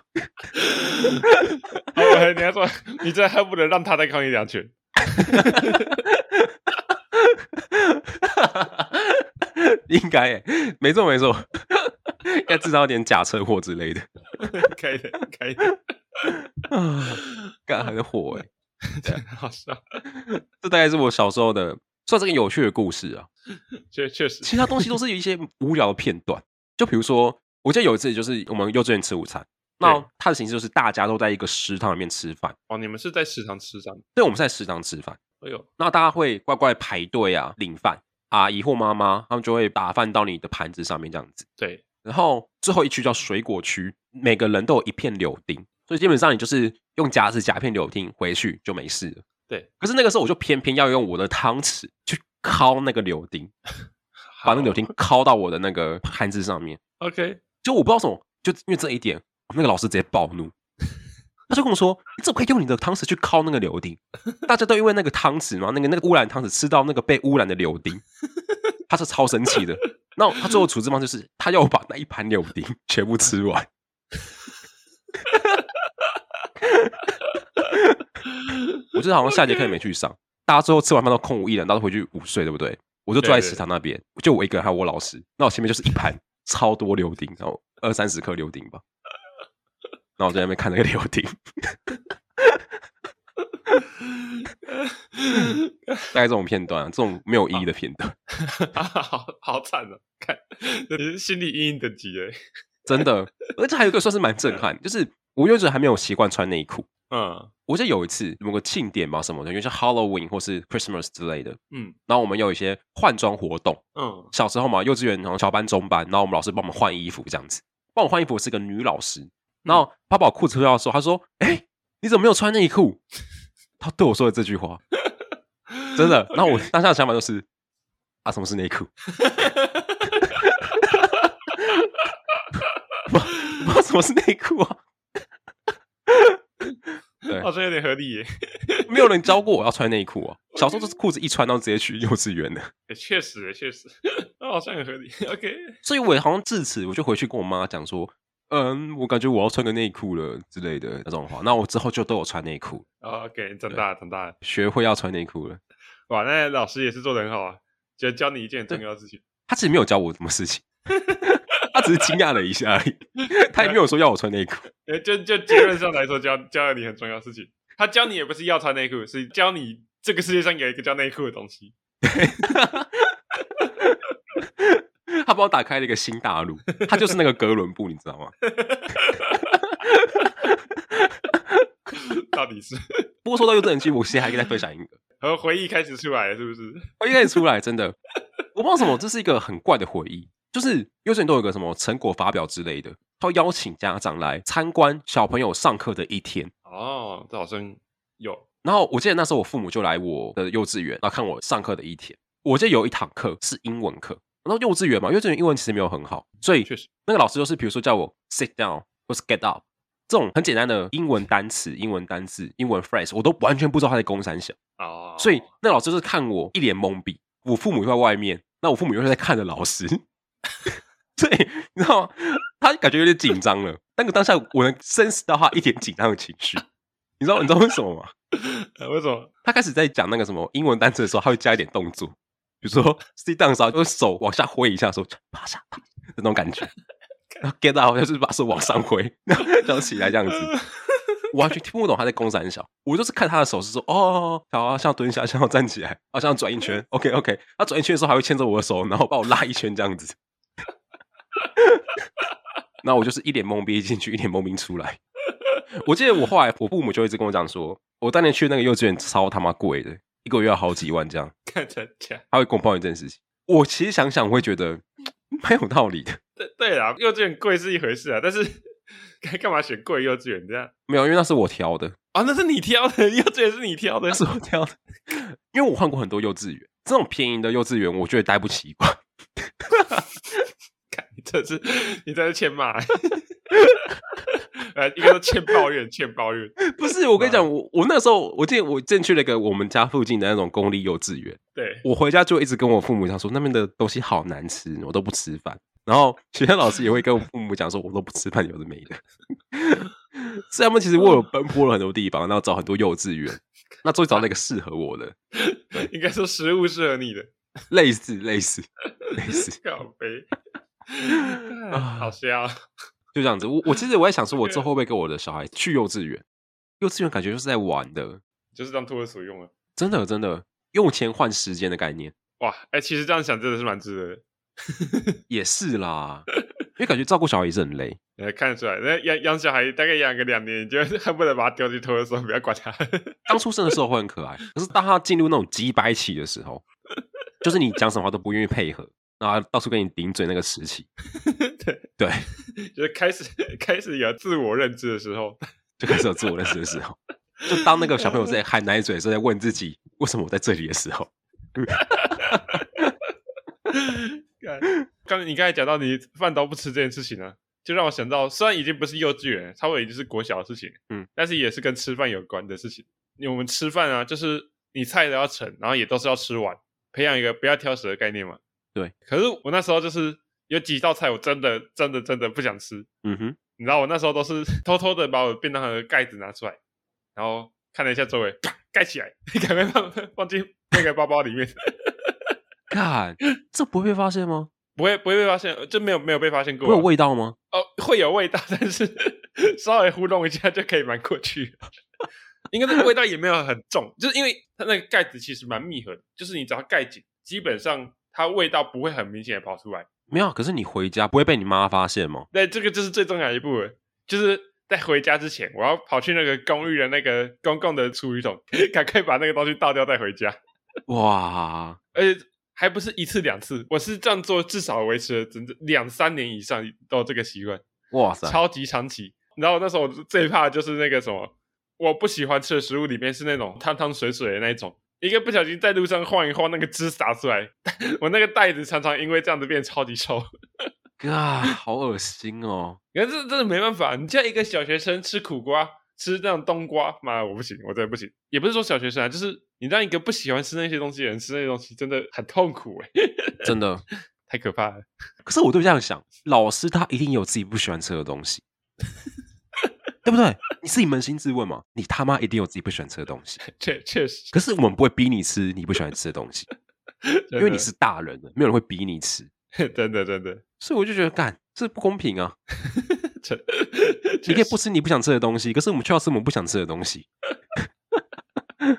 B: 哎你还说，你这恨不能让他再靠你两拳。
A: 应该耶，没错没错，应该制造一点假车祸之类的
B: 可以的，可以的，
A: 啊，干很火哎，
B: 好笑，
A: 这大概是我小时候的算是个有趣的故事啊。
B: 确确实，
A: 其他东西都是有一些无聊的片段。就比如说，我记得有一次就是我们幼稚园吃午餐，那
B: 对
A: 它的形式就是大家都在一个食堂里面吃饭，
B: 哦，你们是在食堂吃饭？
A: 对，我们是在食堂吃饭，
B: 哎呦，
A: 那大家会乖乖排队啊，领饭，阿姨或妈妈他们就会打饭到你的盘子上面这样子。
B: 对，
A: 然后最后一区叫水果区，每个人都有一片柳丁，所以基本上你就是用夹子夹一片柳丁回去就没事了。
B: 对，
A: 可是那个时候我就偏偏要用我的汤匙去敲那个柳丁，把那个柳丁敲到我的那个盘子上面。
B: OK，
A: 就我不知道什么，就因为这一点，我们那个老师直接暴怒，他就跟我说：“你怎么可以用你的汤匙去敲那个柳丁？ 大家都因为那个汤匙嘛，那个那个污染汤匙吃到那个被污染的柳丁，他是超生气的。 那他最后处置方就是他要我把那一盘柳丁 全部吃完。我记得好像下节课也没去上，大家最后吃完饭都空无一人，大家都回去午睡，对不对？我就坐在
B: 对对
A: 食堂那边，就我一个人还有我老师，那我前面就是一盘超多柳丁，然后二三十颗柳丁吧。然后我就在那边看那个柳丁，大概这种片段、啊，这种没有意义的片段，
B: 好好惨啊！看，这是心理阴影等级哎。
A: 真的。而且还有一个算是蛮震撼，就是我幼稚园还没有习惯穿内裤。
B: 嗯
A: 我记得有一次某个庆典吧什么的，因为像 Halloween 或是 Christmas 之类的，
B: 嗯
A: 然后我们有一些换装活动。
B: 嗯，
A: 小时候嘛，幼稚园然后小班、中班，然后我们老师帮我们换衣服这样子。帮我换衣服是个女老师，然后她把我裤子脱掉的时候，她说：“哎、你怎么没有穿内裤？” 她对我说了这句话，真的。然后我当下的想法就是：啊，什么是内裤？ 不不知道什么是内裤啊，对
B: 好像有点合理耶。
A: 没有人教过我要穿内裤啊。小时候就是裤子一穿，然后直接去幼稚园的。
B: 也确实也确实， 好像很合理。OK，
A: 所以我好像自此我就回去跟我妈讲说，嗯，我感觉我要穿个内裤了之类的那种话。那我之后就都有穿内裤，
B: 哦 OK，长大了长大了，
A: 学会要穿内裤了。
B: 哇，那老师也是做的很好啊，就教你一件很重要的事情。
A: 他其实没有教我什么事情， 他只是惊讶了一下而已，他也没有说要我穿内裤。
B: 呃，就就结论上来说，教教了你很重要的事情。他教你也不是要穿内裤，是教你这个世界上有一个叫内裤的东西。
A: 他帮我打开了一个新大陆，他就是那个哥伦布，你知道吗？
B: 到底是
A: 不过说到幼稚园，其实我现在还可以再分享一个，
B: 和回忆开始出来了，是不是？
A: 我一开始出来真的，我不知道什么，这是一个很怪的回忆。就是幼稚园都有个什么成果发表之类的，他会邀请家长来参观小朋友上课的一天。
B: 哦，这好像有
A: 然后我记得那时候我父母就来我的幼稚园，然后看我上课的一天。我记得有一堂课是英文课，然后幼稚园嘛，幼稚园英文其实没有很好，所以
B: 确实
A: 那个老师就是比如说叫我 sit down 或是 get up 这种很简单的英文单词、英文单字、英文 phrase，我都完全不知道他在攻三小，
B: 哦，
A: 所以那老师就是看我一脸懵逼，我父母又在外面，那我父母又在看着老师， 所以你知道吗？他感觉有点紧张了，那个当下我能 sense 到他一点紧张的情绪，你知道你知道为什么吗？
B: 呃为什么？
A: 他开始在讲那个什么英文单词的时候，他会加一点动作，比如说 sit down 的时候，就是手往下挥一下的时候，趴下趴下的那种感觉。然后 get out 就是把手往上挥，然后然后起来这样子，我完全听不懂他在攻三小。我就是看他的手是说，哦，好啊，像蹲下，像要站起来，好、像转一圈，OK OK。他转一圈的时候还会牵着我的手，然后把我拉一圈这样子。那我就是一脸懵逼进去，一脸懵逼出来。我记得我后来我父母就一直跟我讲说，我当年去那个幼稚园超他妈贵的，一个月要好几万这样。
B: 看起来假。
A: 他会跟我抱怨这件事情，我其实想想我会觉得蛮有道理的。
B: 对对啦，幼稚园贵是一回事啊，但是 干干嘛选贵幼稚园这样？
A: 没有，因为那是我挑的，
B: 啊，那是你挑的，幼稚园是 你挑的
A: 那。是我挑的， 因为我换过很多幼稚园，这种便宜的幼稚园我觉得待不习惯。
B: 看你这是你这是欠骂，呃，应该说欠抱怨，欠抱怨。
A: 不是，我跟你讲，我我那时候我进我进去了一个我们家附近的那种公立幼稚园，
B: 对，
A: 我回家就一直跟我父母讲说那边的东西好难吃，我都不吃饭。然后学校老师也会跟我父母讲说，我都不吃饭，有的没的。 所以他们其实为我奔波了很多地方，然后找很多幼稚园，那终于找到一个适合我的，
B: 应该说食物适合你的，
A: 类似类似类似，
B: 靠背。干好哦笑，
A: 就这样子。我我其实我在想说，我之后会不会跟我的小孩去幼稚园？幼稚园感觉就是在玩的，
B: 就是当托儿所用啊。
A: 真的真的，用钱换时间的概念
B: 哇，哎、其实这样想真的是蛮值得的。
A: 也是啦，因为感觉照顾小孩也是很累。
B: 你还看得出来，那养养小孩大概养个两年，你就 恨不得把他丢去托儿所，不要管他。
A: 刚出生的时候会很可爱，可是当他进入那种几百起的时候，就是你讲什么话都不愿意配合，然后到处跟你顶嘴那个时期，
B: 对，
A: 对，
B: 就是开始 开始有自我认知的时候，
A: 就开始有自我认识的时候。就当那个小朋友在喊奶嘴的时候，在问自己为什么我在这里的时候，
B: 干 刚才你刚才讲到你饭都不吃这件事情呢、就让我想到，虽然已经不是幼稚园，差不多已经是国小的事情，
A: 嗯，
B: 但是也是跟吃饭有关的事情。因为我们吃饭啊，就是你菜都要盛，然后也都是要吃完，培养一个不要挑食的概念嘛。
A: 对。
B: 可是我那时候就是有几道菜，我真的真的真的不想吃，
A: 嗯哼，
B: 你知道我那时候都是 偷偷的把我便当盒的盖子拿出来，然后看了一下周围，啪盖起来， 赶快放放进那个包包里面，
A: 看这不会被发现吗？
B: 不会不会被发现，就没有没有被发现过
A: 会
B: 啊。
A: 有味道吗？
B: 哦，会有味道， 但是稍微糊弄一下就可以瞒过去。 应该那个味道也没有很重，就是因为它那个盖子其实蛮密合的，就是你只要盖紧，基本上它味道不会很明显的跑出来。
A: 没有啊，可是你回家不会被你妈发现吗？
B: 那这个就是最重要的一步了，就是在回家之前，我要跑去那个公寓的那个公共的厨余桶，赶快把那个东西倒掉再回家，
A: 哇，
B: 而且还不是一次两次，我是这样做至少维持了整整两三年以上都有这个习惯。
A: 哇塞，
B: 超级长期。然后那时候我最怕的就是那个什么，我不喜欢吃的食物里面是那种汤汤水水的那一种，一个不小心在路上晃一晃，那个汁洒出来， 我那个袋子常常因为这样子变超级臭。
A: 啊，好恶心哦！
B: 可是这真的没办法，你叫一个小学生吃苦瓜，吃那种冬瓜，妈的我不行，我真的不行。也不是说小学生啊，就是你让一个不喜欢吃那些东西的人吃那些东西，真的很痛苦哎、
A: 真的，
B: 太可怕了。
A: 可是我都这样想，老师他一定有自己不喜欢吃的东 西，对不对？你自己扪心自问嘛，你他妈一定有自己不喜欢吃的东西。
B: 确确实，
A: 可是我们不会逼你吃你不喜欢吃的东 西，因
B: 因
A: 为你是大人了，没有人会逼你吃。
B: 真的真的，
A: 所以我就觉得，干这不公平啊！
B: 真
A: 你可以不吃你不想吃的东西，可是我们却要吃我们不想吃的东西。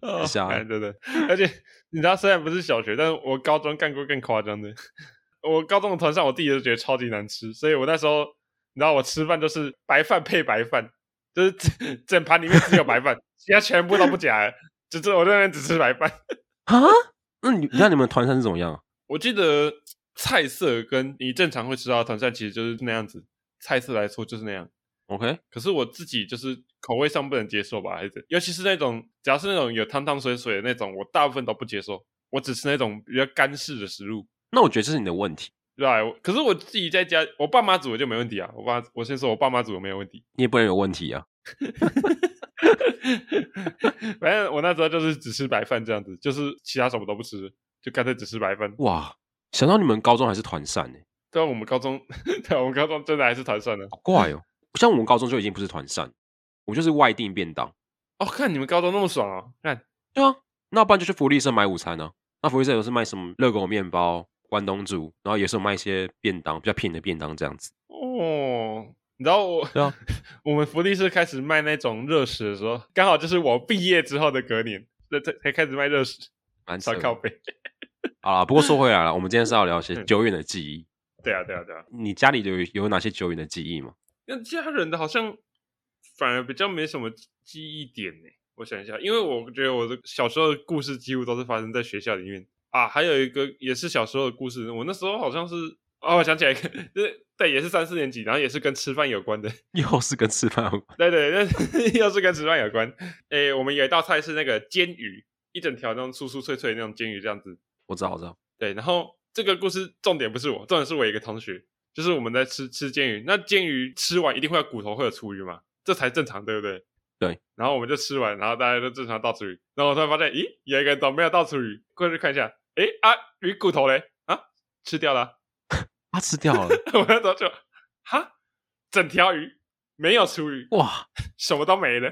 B: 哦
A: 瞎
B: 干真的。而且你知道，虽然不是小学，但是我高中干过更夸张的。 我高中的团上，我自己都觉得超级难吃，所以我那时候，你知道，我吃饭都是白饭配白饭，就是整整盘里面只有白饭，其他全部都不夹了，只是我在那边只吃白饭。
A: 啊？那你那你们团餐是怎么样？ 啊
B: 我记得菜色跟你正常会吃到的团扇其实就是那样子，菜色来说就是那样。
A: OK，
B: 可是我自己就是口味上不能接受吧，还是怎尤其是那种只要是那种有汤汤水水的那种，我大部分都不接受。我只吃那种比较干式的食物，
A: 那我觉得这是你的问题，
B: 对吧？我可是我自己在家，我爸妈煮的就没问题啊。我爸，我先说我爸妈煮的没有问题。
A: 你也不能有问题啊。
B: 反正我那时候就是只吃白饭这样子，就是其他什么都不吃，就干脆只吃白饭。
A: 哇，想到你们高中还是团扇呢、欸
B: 对啊，我们高中， 对啊，我们高中真的还是团扇的。
A: 好怪哦！像我们高中就已经不是团扇，我就是外订便当。
B: 哦，看你们高中那么爽啊！看，
A: 对啊，那不然就去福利社买午餐啊。那福利社有是卖什么热狗面包、关东煮，然后也是有卖一些便当，比较便宜的便当这样子。
B: 哦，你知道我，
A: 对啊，
B: 我们福利社开始卖那种热食的时候，刚好就是我毕业之后的隔年，那才才开始卖热食，
A: 蛮扯
B: 烧
A: 的
B: 靠背。
A: 好啦，不过说回来了，我们今天是要聊一
B: 嗯
A: 些久远的记忆。
B: 对啊，对啊，对啊。
A: 你家里有有哪些久远的记忆吗？
B: 那家人的好像反而比较没什么记忆点呢。我想一下，因为我觉得我的小时候的故事几乎都是发生在学校里面啊。还有一个也是小时候的故事，我那时候好像是哦，我想起来一个， 就是对，也是三四年级，然后也是跟吃饭有关的。
A: 又是跟吃饭有关。
B: 对对， 那是又是跟吃饭有关。诶，我们有一道菜是那个煎鱼，一整条那种酥酥脆脆的那种煎鱼这样子。
A: 我知道，我知道。
B: 对，然后这个故事重点不是我，重点是我一个同学，就是我们在吃吃煎鱼，那煎鱼吃完一定会有骨头会有厨余嘛，这才正常，对不对？
A: 对。
B: 然后我们就吃完，然后大家都正常倒厨余，然后我突然发现，咦，有一个人怎么没有倒厨余？过去看一下，诶啊，鱼骨头嘞，啊，吃掉了啊。
A: 他吃掉了，
B: 我那时候就，哈，整条鱼没有厨余，
A: 哇，
B: 什么都没了，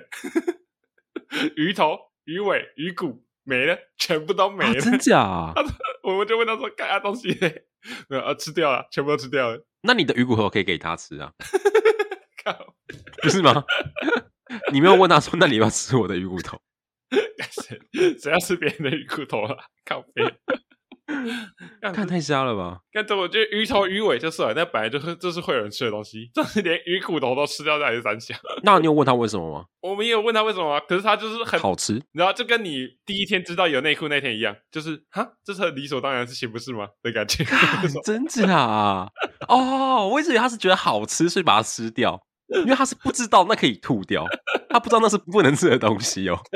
B: 鱼头、鱼尾、鱼骨没了，全部都没
A: 啊
B: 了。
A: 真假啊？
B: 我们就问他说：“干啥东西嘞？” 没有啊，吃掉了，全部都吃掉了。
A: 那你的鱼骨头可以给他吃啊，
B: 靠，
A: 不是吗？ 你没有问他说，那你要不要吃我的鱼骨头？
B: 谁谁要吃别人的鱼骨头啊？靠背，干
A: 看太瞎了吧！
B: 干这，我觉得鱼头鱼尾就是啊了，那本来就是这是会有人吃的东西，但是连鱼骨头都吃掉，那也是三小。
A: 那你有问他为什么吗？
B: 我们也有问他为什么啊，可是他就是很
A: 好吃，
B: 然后就跟你第一天知道有内裤那天一样，就是哈，这是很理所当然的事情，不是吗？的感觉。
A: 看 真假啊？哦，我一直以为他是觉得好吃，所以把它吃掉，因为他是不知道那可以吐掉，他不知道那是不能吃的东西哦。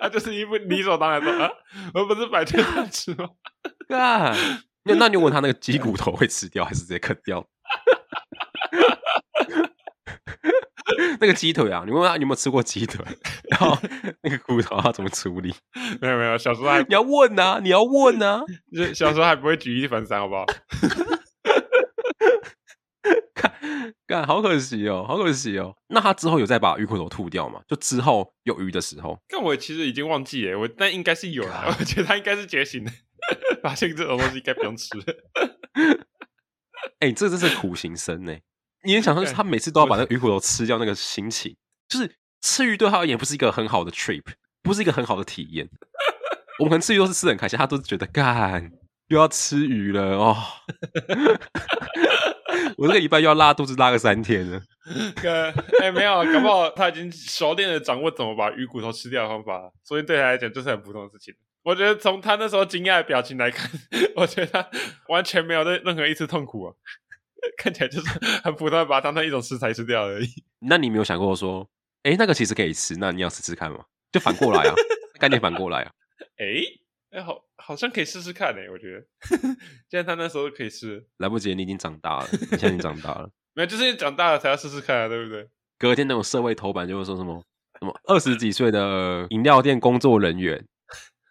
B: 他啊就是一副理所当然的啊，我不是白天他吃吗？
A: 干，那那你有问他那个鸡骨头会吃掉还是直接啃掉？ 那个鸡腿啊，你问他你有没有吃过鸡腿， 然后那个骨头要怎么处理？
B: 没有没有，小时候还
A: 你要问呐、你要问啊呐、
B: 就小时候还不会举一反三，好不好？
A: 干，好可惜哦，好可惜哦。那他之后有再把鱼骨头吐掉吗？就之后有鱼的时候，
B: 但我其实已经忘记了，我但应该是有啦， 我觉得他应该是觉醒的，发现这种东西应该不用吃。
A: 哎、这真是苦行僧呢、你能想象，就是他每次都要把那个鱼骨头吃掉，那个心情，就是吃鱼对他而言不是一个很好的 trip，不是一个很好的体验。我们可能吃鱼都是吃得很开心，他都是觉得干又要吃鱼了哦。 我这个礼拜又要拉肚子拉个三天了，
B: 呃哎、没有，搞不好他已经熟练的掌握怎么把鱼骨头吃掉的方法了，所以对他来讲就是很普通的事情。我觉得从他那时候惊讶的表情来看， 我觉得他完全没有任任何一丝痛苦啊， 看起来就是很普通的把它当成一种食材吃掉而已。
A: 那你没有想过说，哎、那个其实可以吃，那你要试试看吗？就反过来啊，概念反过来啊。
B: 哎、哎、好，好像可以试试看哎、我觉得，既然他那时候可以试，
A: 来不及了，你已经长大了，你现在已经长大了。
B: 没有，就是长大了才要试试看啊，对不对？
A: 隔天那种社会头版就会说什么什么二十几岁的饮料店工作人员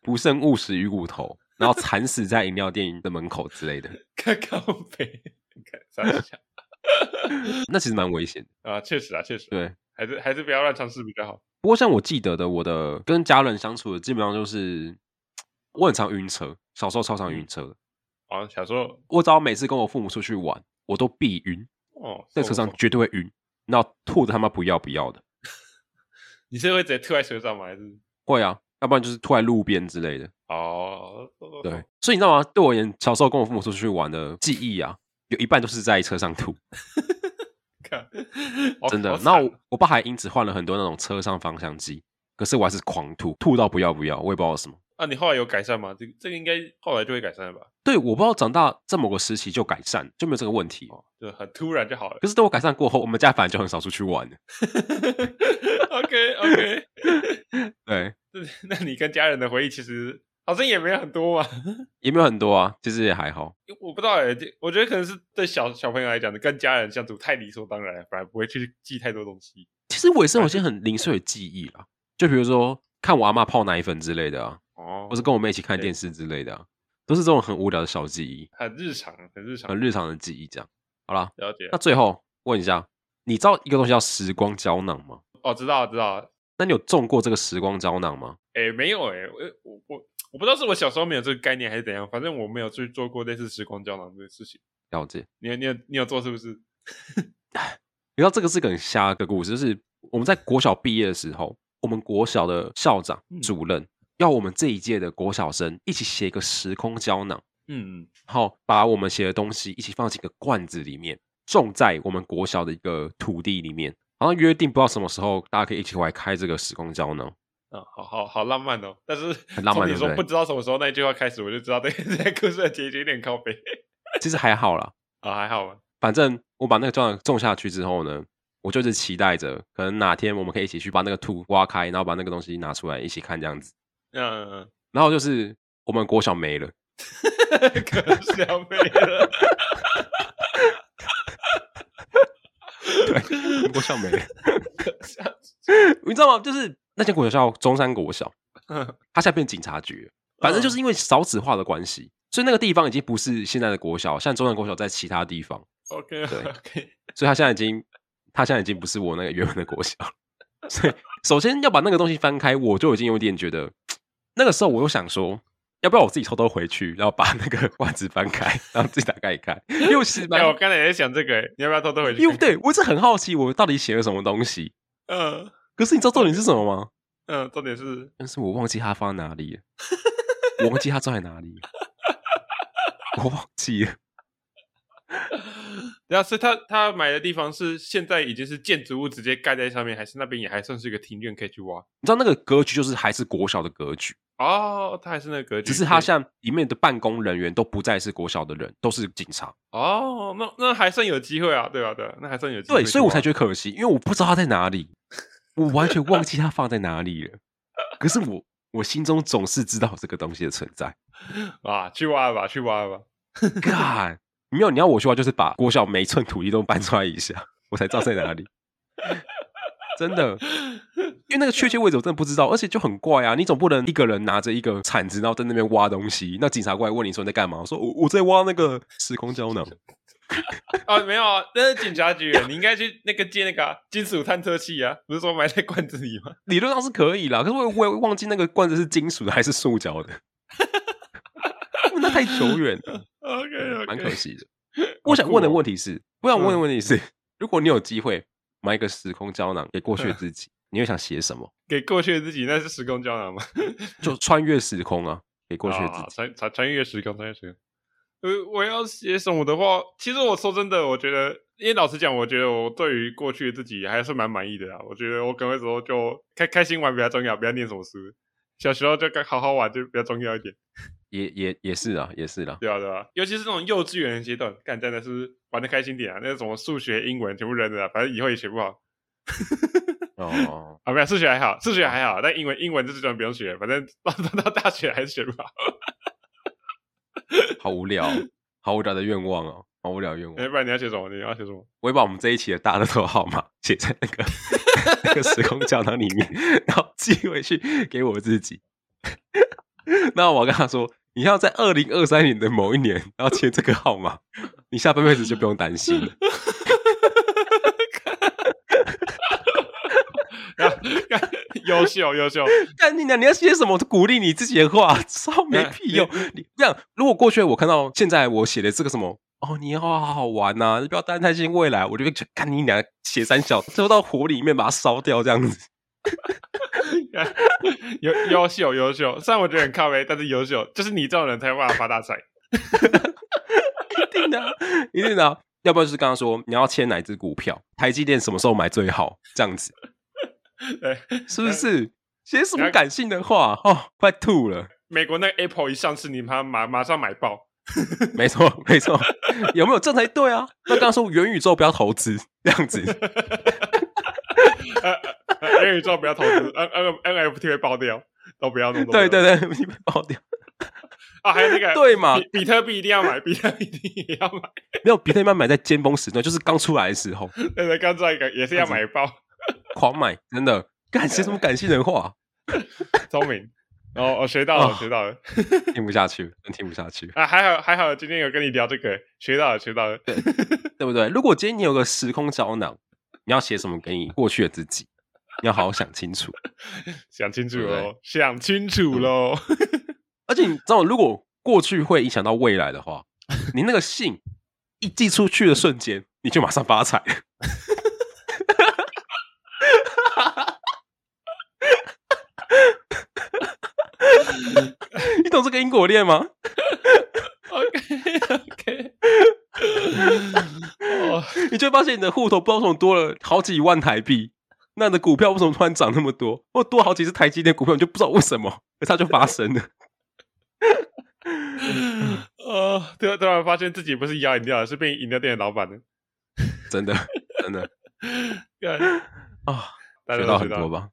A: 不慎误食鱼骨头，然后惨死在饮料店的门口之类的，
B: 看靠北，看三下
A: 那其实蛮危险的。
B: 啊，确实啊，确实，
A: 对，
B: 还是还是不要乱尝试比较好。
A: 不过像我记得的，我的跟家人相处的基本上就是我很常晕车，小时候超常晕车的。
B: 啊，小时候
A: 我只要每次跟我父母出去玩，我都必晕，
B: 哦，
A: 在车上
B: 受不了
A: 绝对会晕，然后吐的他妈不要不要的。
B: 你是会直接吐在车上吗？还是
A: 会啊，要不然就是吐在路边之类的。
B: 哦，
A: 对，所以你知道吗？对我而言，小时候跟我父母出去玩的记忆啊，有一半都是在车上吐，
B: 看，
A: 真的
B: 哦好。
A: 那
B: 惨
A: 我我爸还因此换了很多那种车上方向机，可是我还是狂吐，吐到不要不要，我也不知道为什么。
B: 啊，你后来有改善吗？这个这个应该后来就会改善了吧？
A: 对，我不知道长大在某个时期就改善，就没有这个问题。
B: 哦，就很突然就好了。
A: 可是等我改善过后，我们家反而就很少出去玩了。
B: OK OK，
A: 对，
B: 那你跟家人的回忆其实好像也没有很多嘛。
A: 也没有很多啊，其实也还好。
B: 我不知道哎、这我觉得可能是对小小朋友来讲的，跟家人相处太理所当然了，反而不会去记太多东西。
A: 其实我也是有一些很零碎的记忆啦，就比如说看我阿妈泡奶粉之类的啊，
B: 哦
A: 或是跟我妹一起看电视之类的啊，都是这种很无聊的小记忆，
B: 很日常，很日常，
A: 很日常的记忆。这样，好啦，
B: 了解
A: 那。最后问一下，你知道一个东西叫时光胶囊吗？
B: 哦，知道知道。
A: 那你有中过这个时光胶囊吗？
B: 哎，没有哎，我我我我不知道是我小时候没有这个概念还是怎样，反正我没有去做过类似时光胶囊的事情。
A: 了解。
B: 你有你有你有做是不是？
A: 你知道这个是个很瞎的故事，就是我们在国小毕业的时候，我们国小的校长
B: 嗯、
A: 主任要我们这一届的国小生一起写一个时空胶囊，
B: 嗯，
A: 然后把我们写的东西一起放进一个罐子里面，种在我们国小的一个土地里面。然后约定不知道什么时候大家可以一起回来开这个时空胶囊，
B: 啊，好好好浪漫哦。但是
A: 很浪漫
B: 从你
A: 对不
B: 说
A: 对
B: 不知道什么时候那一句话开始，我就知道这个 这个故事的结局有点靠背
A: 其实还好啦，
B: 啊，还好吧。
A: 反正我把那个胶囊种下去之后呢，我就是期待着，可能哪天我们可以一起去把那个土挖开，然后把那个东西拿出来一起看这样子。
B: 嗯，
A: 然后就是我
B: 嗯
A: 们国小没了，
B: 可笑没了。
A: 对，国校没了， 你知道吗？就是那间国小叫中山国小，它现在变警察局了，反正就是因为少子化的关系，所以那个地方已经不是现在的国小，像中山国小在其他地方，
B: OK
A: 对
B: OK，
A: 所以它现在已经，它现在已经不是我那个原本的国小了。 所以首先要把那个东西翻开，我就已经有点觉得，那个时候我又想说，要不要我自己偷偷回去，然后把那个袜子翻开，然后自己打开一看，又是蛮
B: 哎，我刚才也在想这个，哎你要不要偷偷回去
A: 因为
B: 看？
A: 对我一直很好奇，我到底写了什么东西。
B: 嗯
A: 可是你知道重点是什么吗？
B: 嗯，重点是
A: 但是我忘记它放在哪里了，我忘记它放在哪里了，我忘记了。
B: 然后啊是他他买的地方是现在已经是建筑物直接盖在上面，还是那边也还算是一个庭院可以去挖？
A: 你知道那个格局就是还是国小的格局，
B: 哦，他还是那个格局，
A: 只是它像里面的办公人员都不再是国小的人，都是警察。
B: 哦，那那还算有机会啊，对吧、对、啊，那还算有机会去
A: 对，
B: 挖。
A: 所以我才觉得可惜，因为我不知道它在哪里，我完全忘记它放在哪里了。可是我我心中总是知道这个东西的存在。
B: 啊，去挖吧，去挖吧。
A: God，没 有你要我去挖，就是把国小每一寸土地都搬出来一下，我才知道在哪里。 真的，因为那个确切位置我真的不知道，而且就很怪啊！你总不能一个人拿着一个铲子，然后在那边挖东西，那警察过来问你说你在干嘛？我说我我在挖那个时空胶囊。
B: 啊，没有啊，那是警察局，你应该去那个借那个啊、金属探测器啊，不是说埋在罐子里吗？
A: 理论上是可以啦，可是我我也忘记那个罐子是金属的还是塑胶的，那太久远了，
B: OK，, o k
A: 蛮可。惜的。我想问的问题是，我想问的问题是，如果你有机会买一个时空胶囊给过去的自己，你会想写什么？
B: 给过去的自己，那是时空胶囊吗？
A: 就穿越时空啊，给过去的自
B: 啊
A: 己。
B: 穿穿穿越时空，穿越时空。呃，我要写什么的话，其实我说真的，我觉得，因为老实讲，我觉得我对于过去的自己还是蛮满意的啦。啊我觉得我可能会说就开开心玩比较重要，不要念什么书。小时候就该好好玩就比较重要一点，
A: 也也也是啊，也是啦。
B: 对啊对啊，尤其是那种幼稚园的阶段，干真的是玩的开心点啊。那什么数学、英文全部扔了啊，反正以后也学不好。
A: 哦，
B: 啊，没有数学还好，数学还好，但英文英文就是真的不用学，反正到到到大学还是学不好。
A: 好无聊，哦好无聊的愿望哦，好无聊的愿望
B: 哎、。不然你要学什么？你要学什么？
A: 我会把我们这一期的大乐透号码 写在那个那个时空胶囊里面， 然后寄回去给我自己。 那我跟他说，你要在二零二三年的某一年，然后签这个号码，你下半辈子就不用担心了。
B: 优秀优秀，
A: 干你娘！你要写什么鼓励你自己的话，超没屁用。你这样，如果过去我看到现在我写的这个什么，哦，你要好好玩呐、不要担太心未来，我就会觉得干你娘写三小，丢到火里面把它烧掉这样子。
B: 优优秀优秀。虽然我觉得很靠背，但是优秀就是你这种人才有办法发大财。
A: 一定的啊、一定的啊、要不然就是跟他说你要签哪只股票，台积电什么时候买最好，这样子
B: 对，
A: 是不是？写什么感性的话哦，快吐了。
B: 美国那个 Apple 一上市，你妈马马上买爆。
A: 没错，没错，有没有这才对啊？那刚刚说元宇宙不要投资，这样子
B: 呃呃，元宇宙不要投资，N N NFT 会爆掉，都不要弄。都不要
A: 对对对，你被爆掉。
B: 啊，还有那个
A: 对 嘛
B: 比比特币一定要买，比特币一定也要买。
A: 没有，比特币买在尖峰时段，就是刚出来的时候
B: 对对，刚出来一个也是要买爆，
A: 狂买，真的。干写什么感性的话，
B: 聪明。哦，我学到了，
A: 哦
B: 学到了。
A: 听不下去，真听不下去，
B: 啊，还好还好，今天有跟你聊这个，学到了，学到了。
A: 对不对？如果今天你有个时空胶囊，你要写什么给你过去的自己？你要好好想清楚。
B: 想清楚
A: 对不对
B: 喽，想清楚喽。
A: 而且你知道，如果过去会影响到未来的 话，你那个信一寄出去的瞬间，你就马上发财。 你懂这个因果链吗？
B: OK OK，哦，
A: 你就会发现你的户头不知道怎么多了好几万台币，那你的股票为什么突然涨那么多，或多好几只台积电股票，你就不知道为什么，可是它就发生了。
B: 呃，突然突然发现自己不是摇饮料的，是变饮料店的老板的。
A: 真的，真的
B: 干
A: 啊、
B: 大家
A: 学
B: 都
A: 到
B: 学
A: 很
B: 到
A: 多。 吧？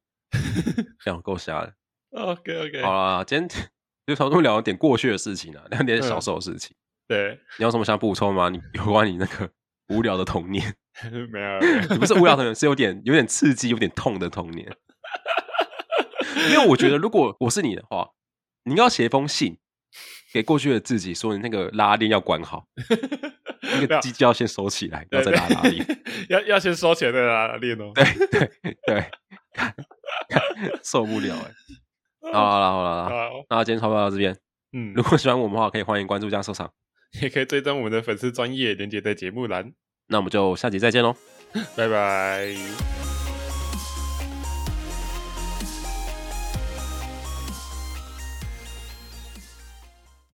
A: 这样够瞎的。
B: OK OK，
A: 好啦，今天 就差不多聊点过去的事情啊，聊点小时候的事情。
B: 对，
A: 你有什么想补充吗？你有关你那个无聊的童年？
B: 没有，没有
A: 你不是无聊的人，是有点有点刺激、有点痛的童年。因为我觉得，如果我是你的话，你应该要写一封信给过去的自己，说你那个拉链要管好， 那
B: 没有
A: 个鸡鸡要先收起来，不要再
B: 啊对
A: 拉拉链。
B: 要要先收钱再拉练哦。
A: 对对对， 受不了哎、欸！好了好了好了，
B: 啊，
A: 那今天差不多到这边。
B: 嗯
A: 如，果喜欢我们的话，可以欢迎关注加收藏。
B: 也可以追踪我们的粉丝专业连接在节目栏。
A: 那我们就下集再见喽。
B: 拜拜。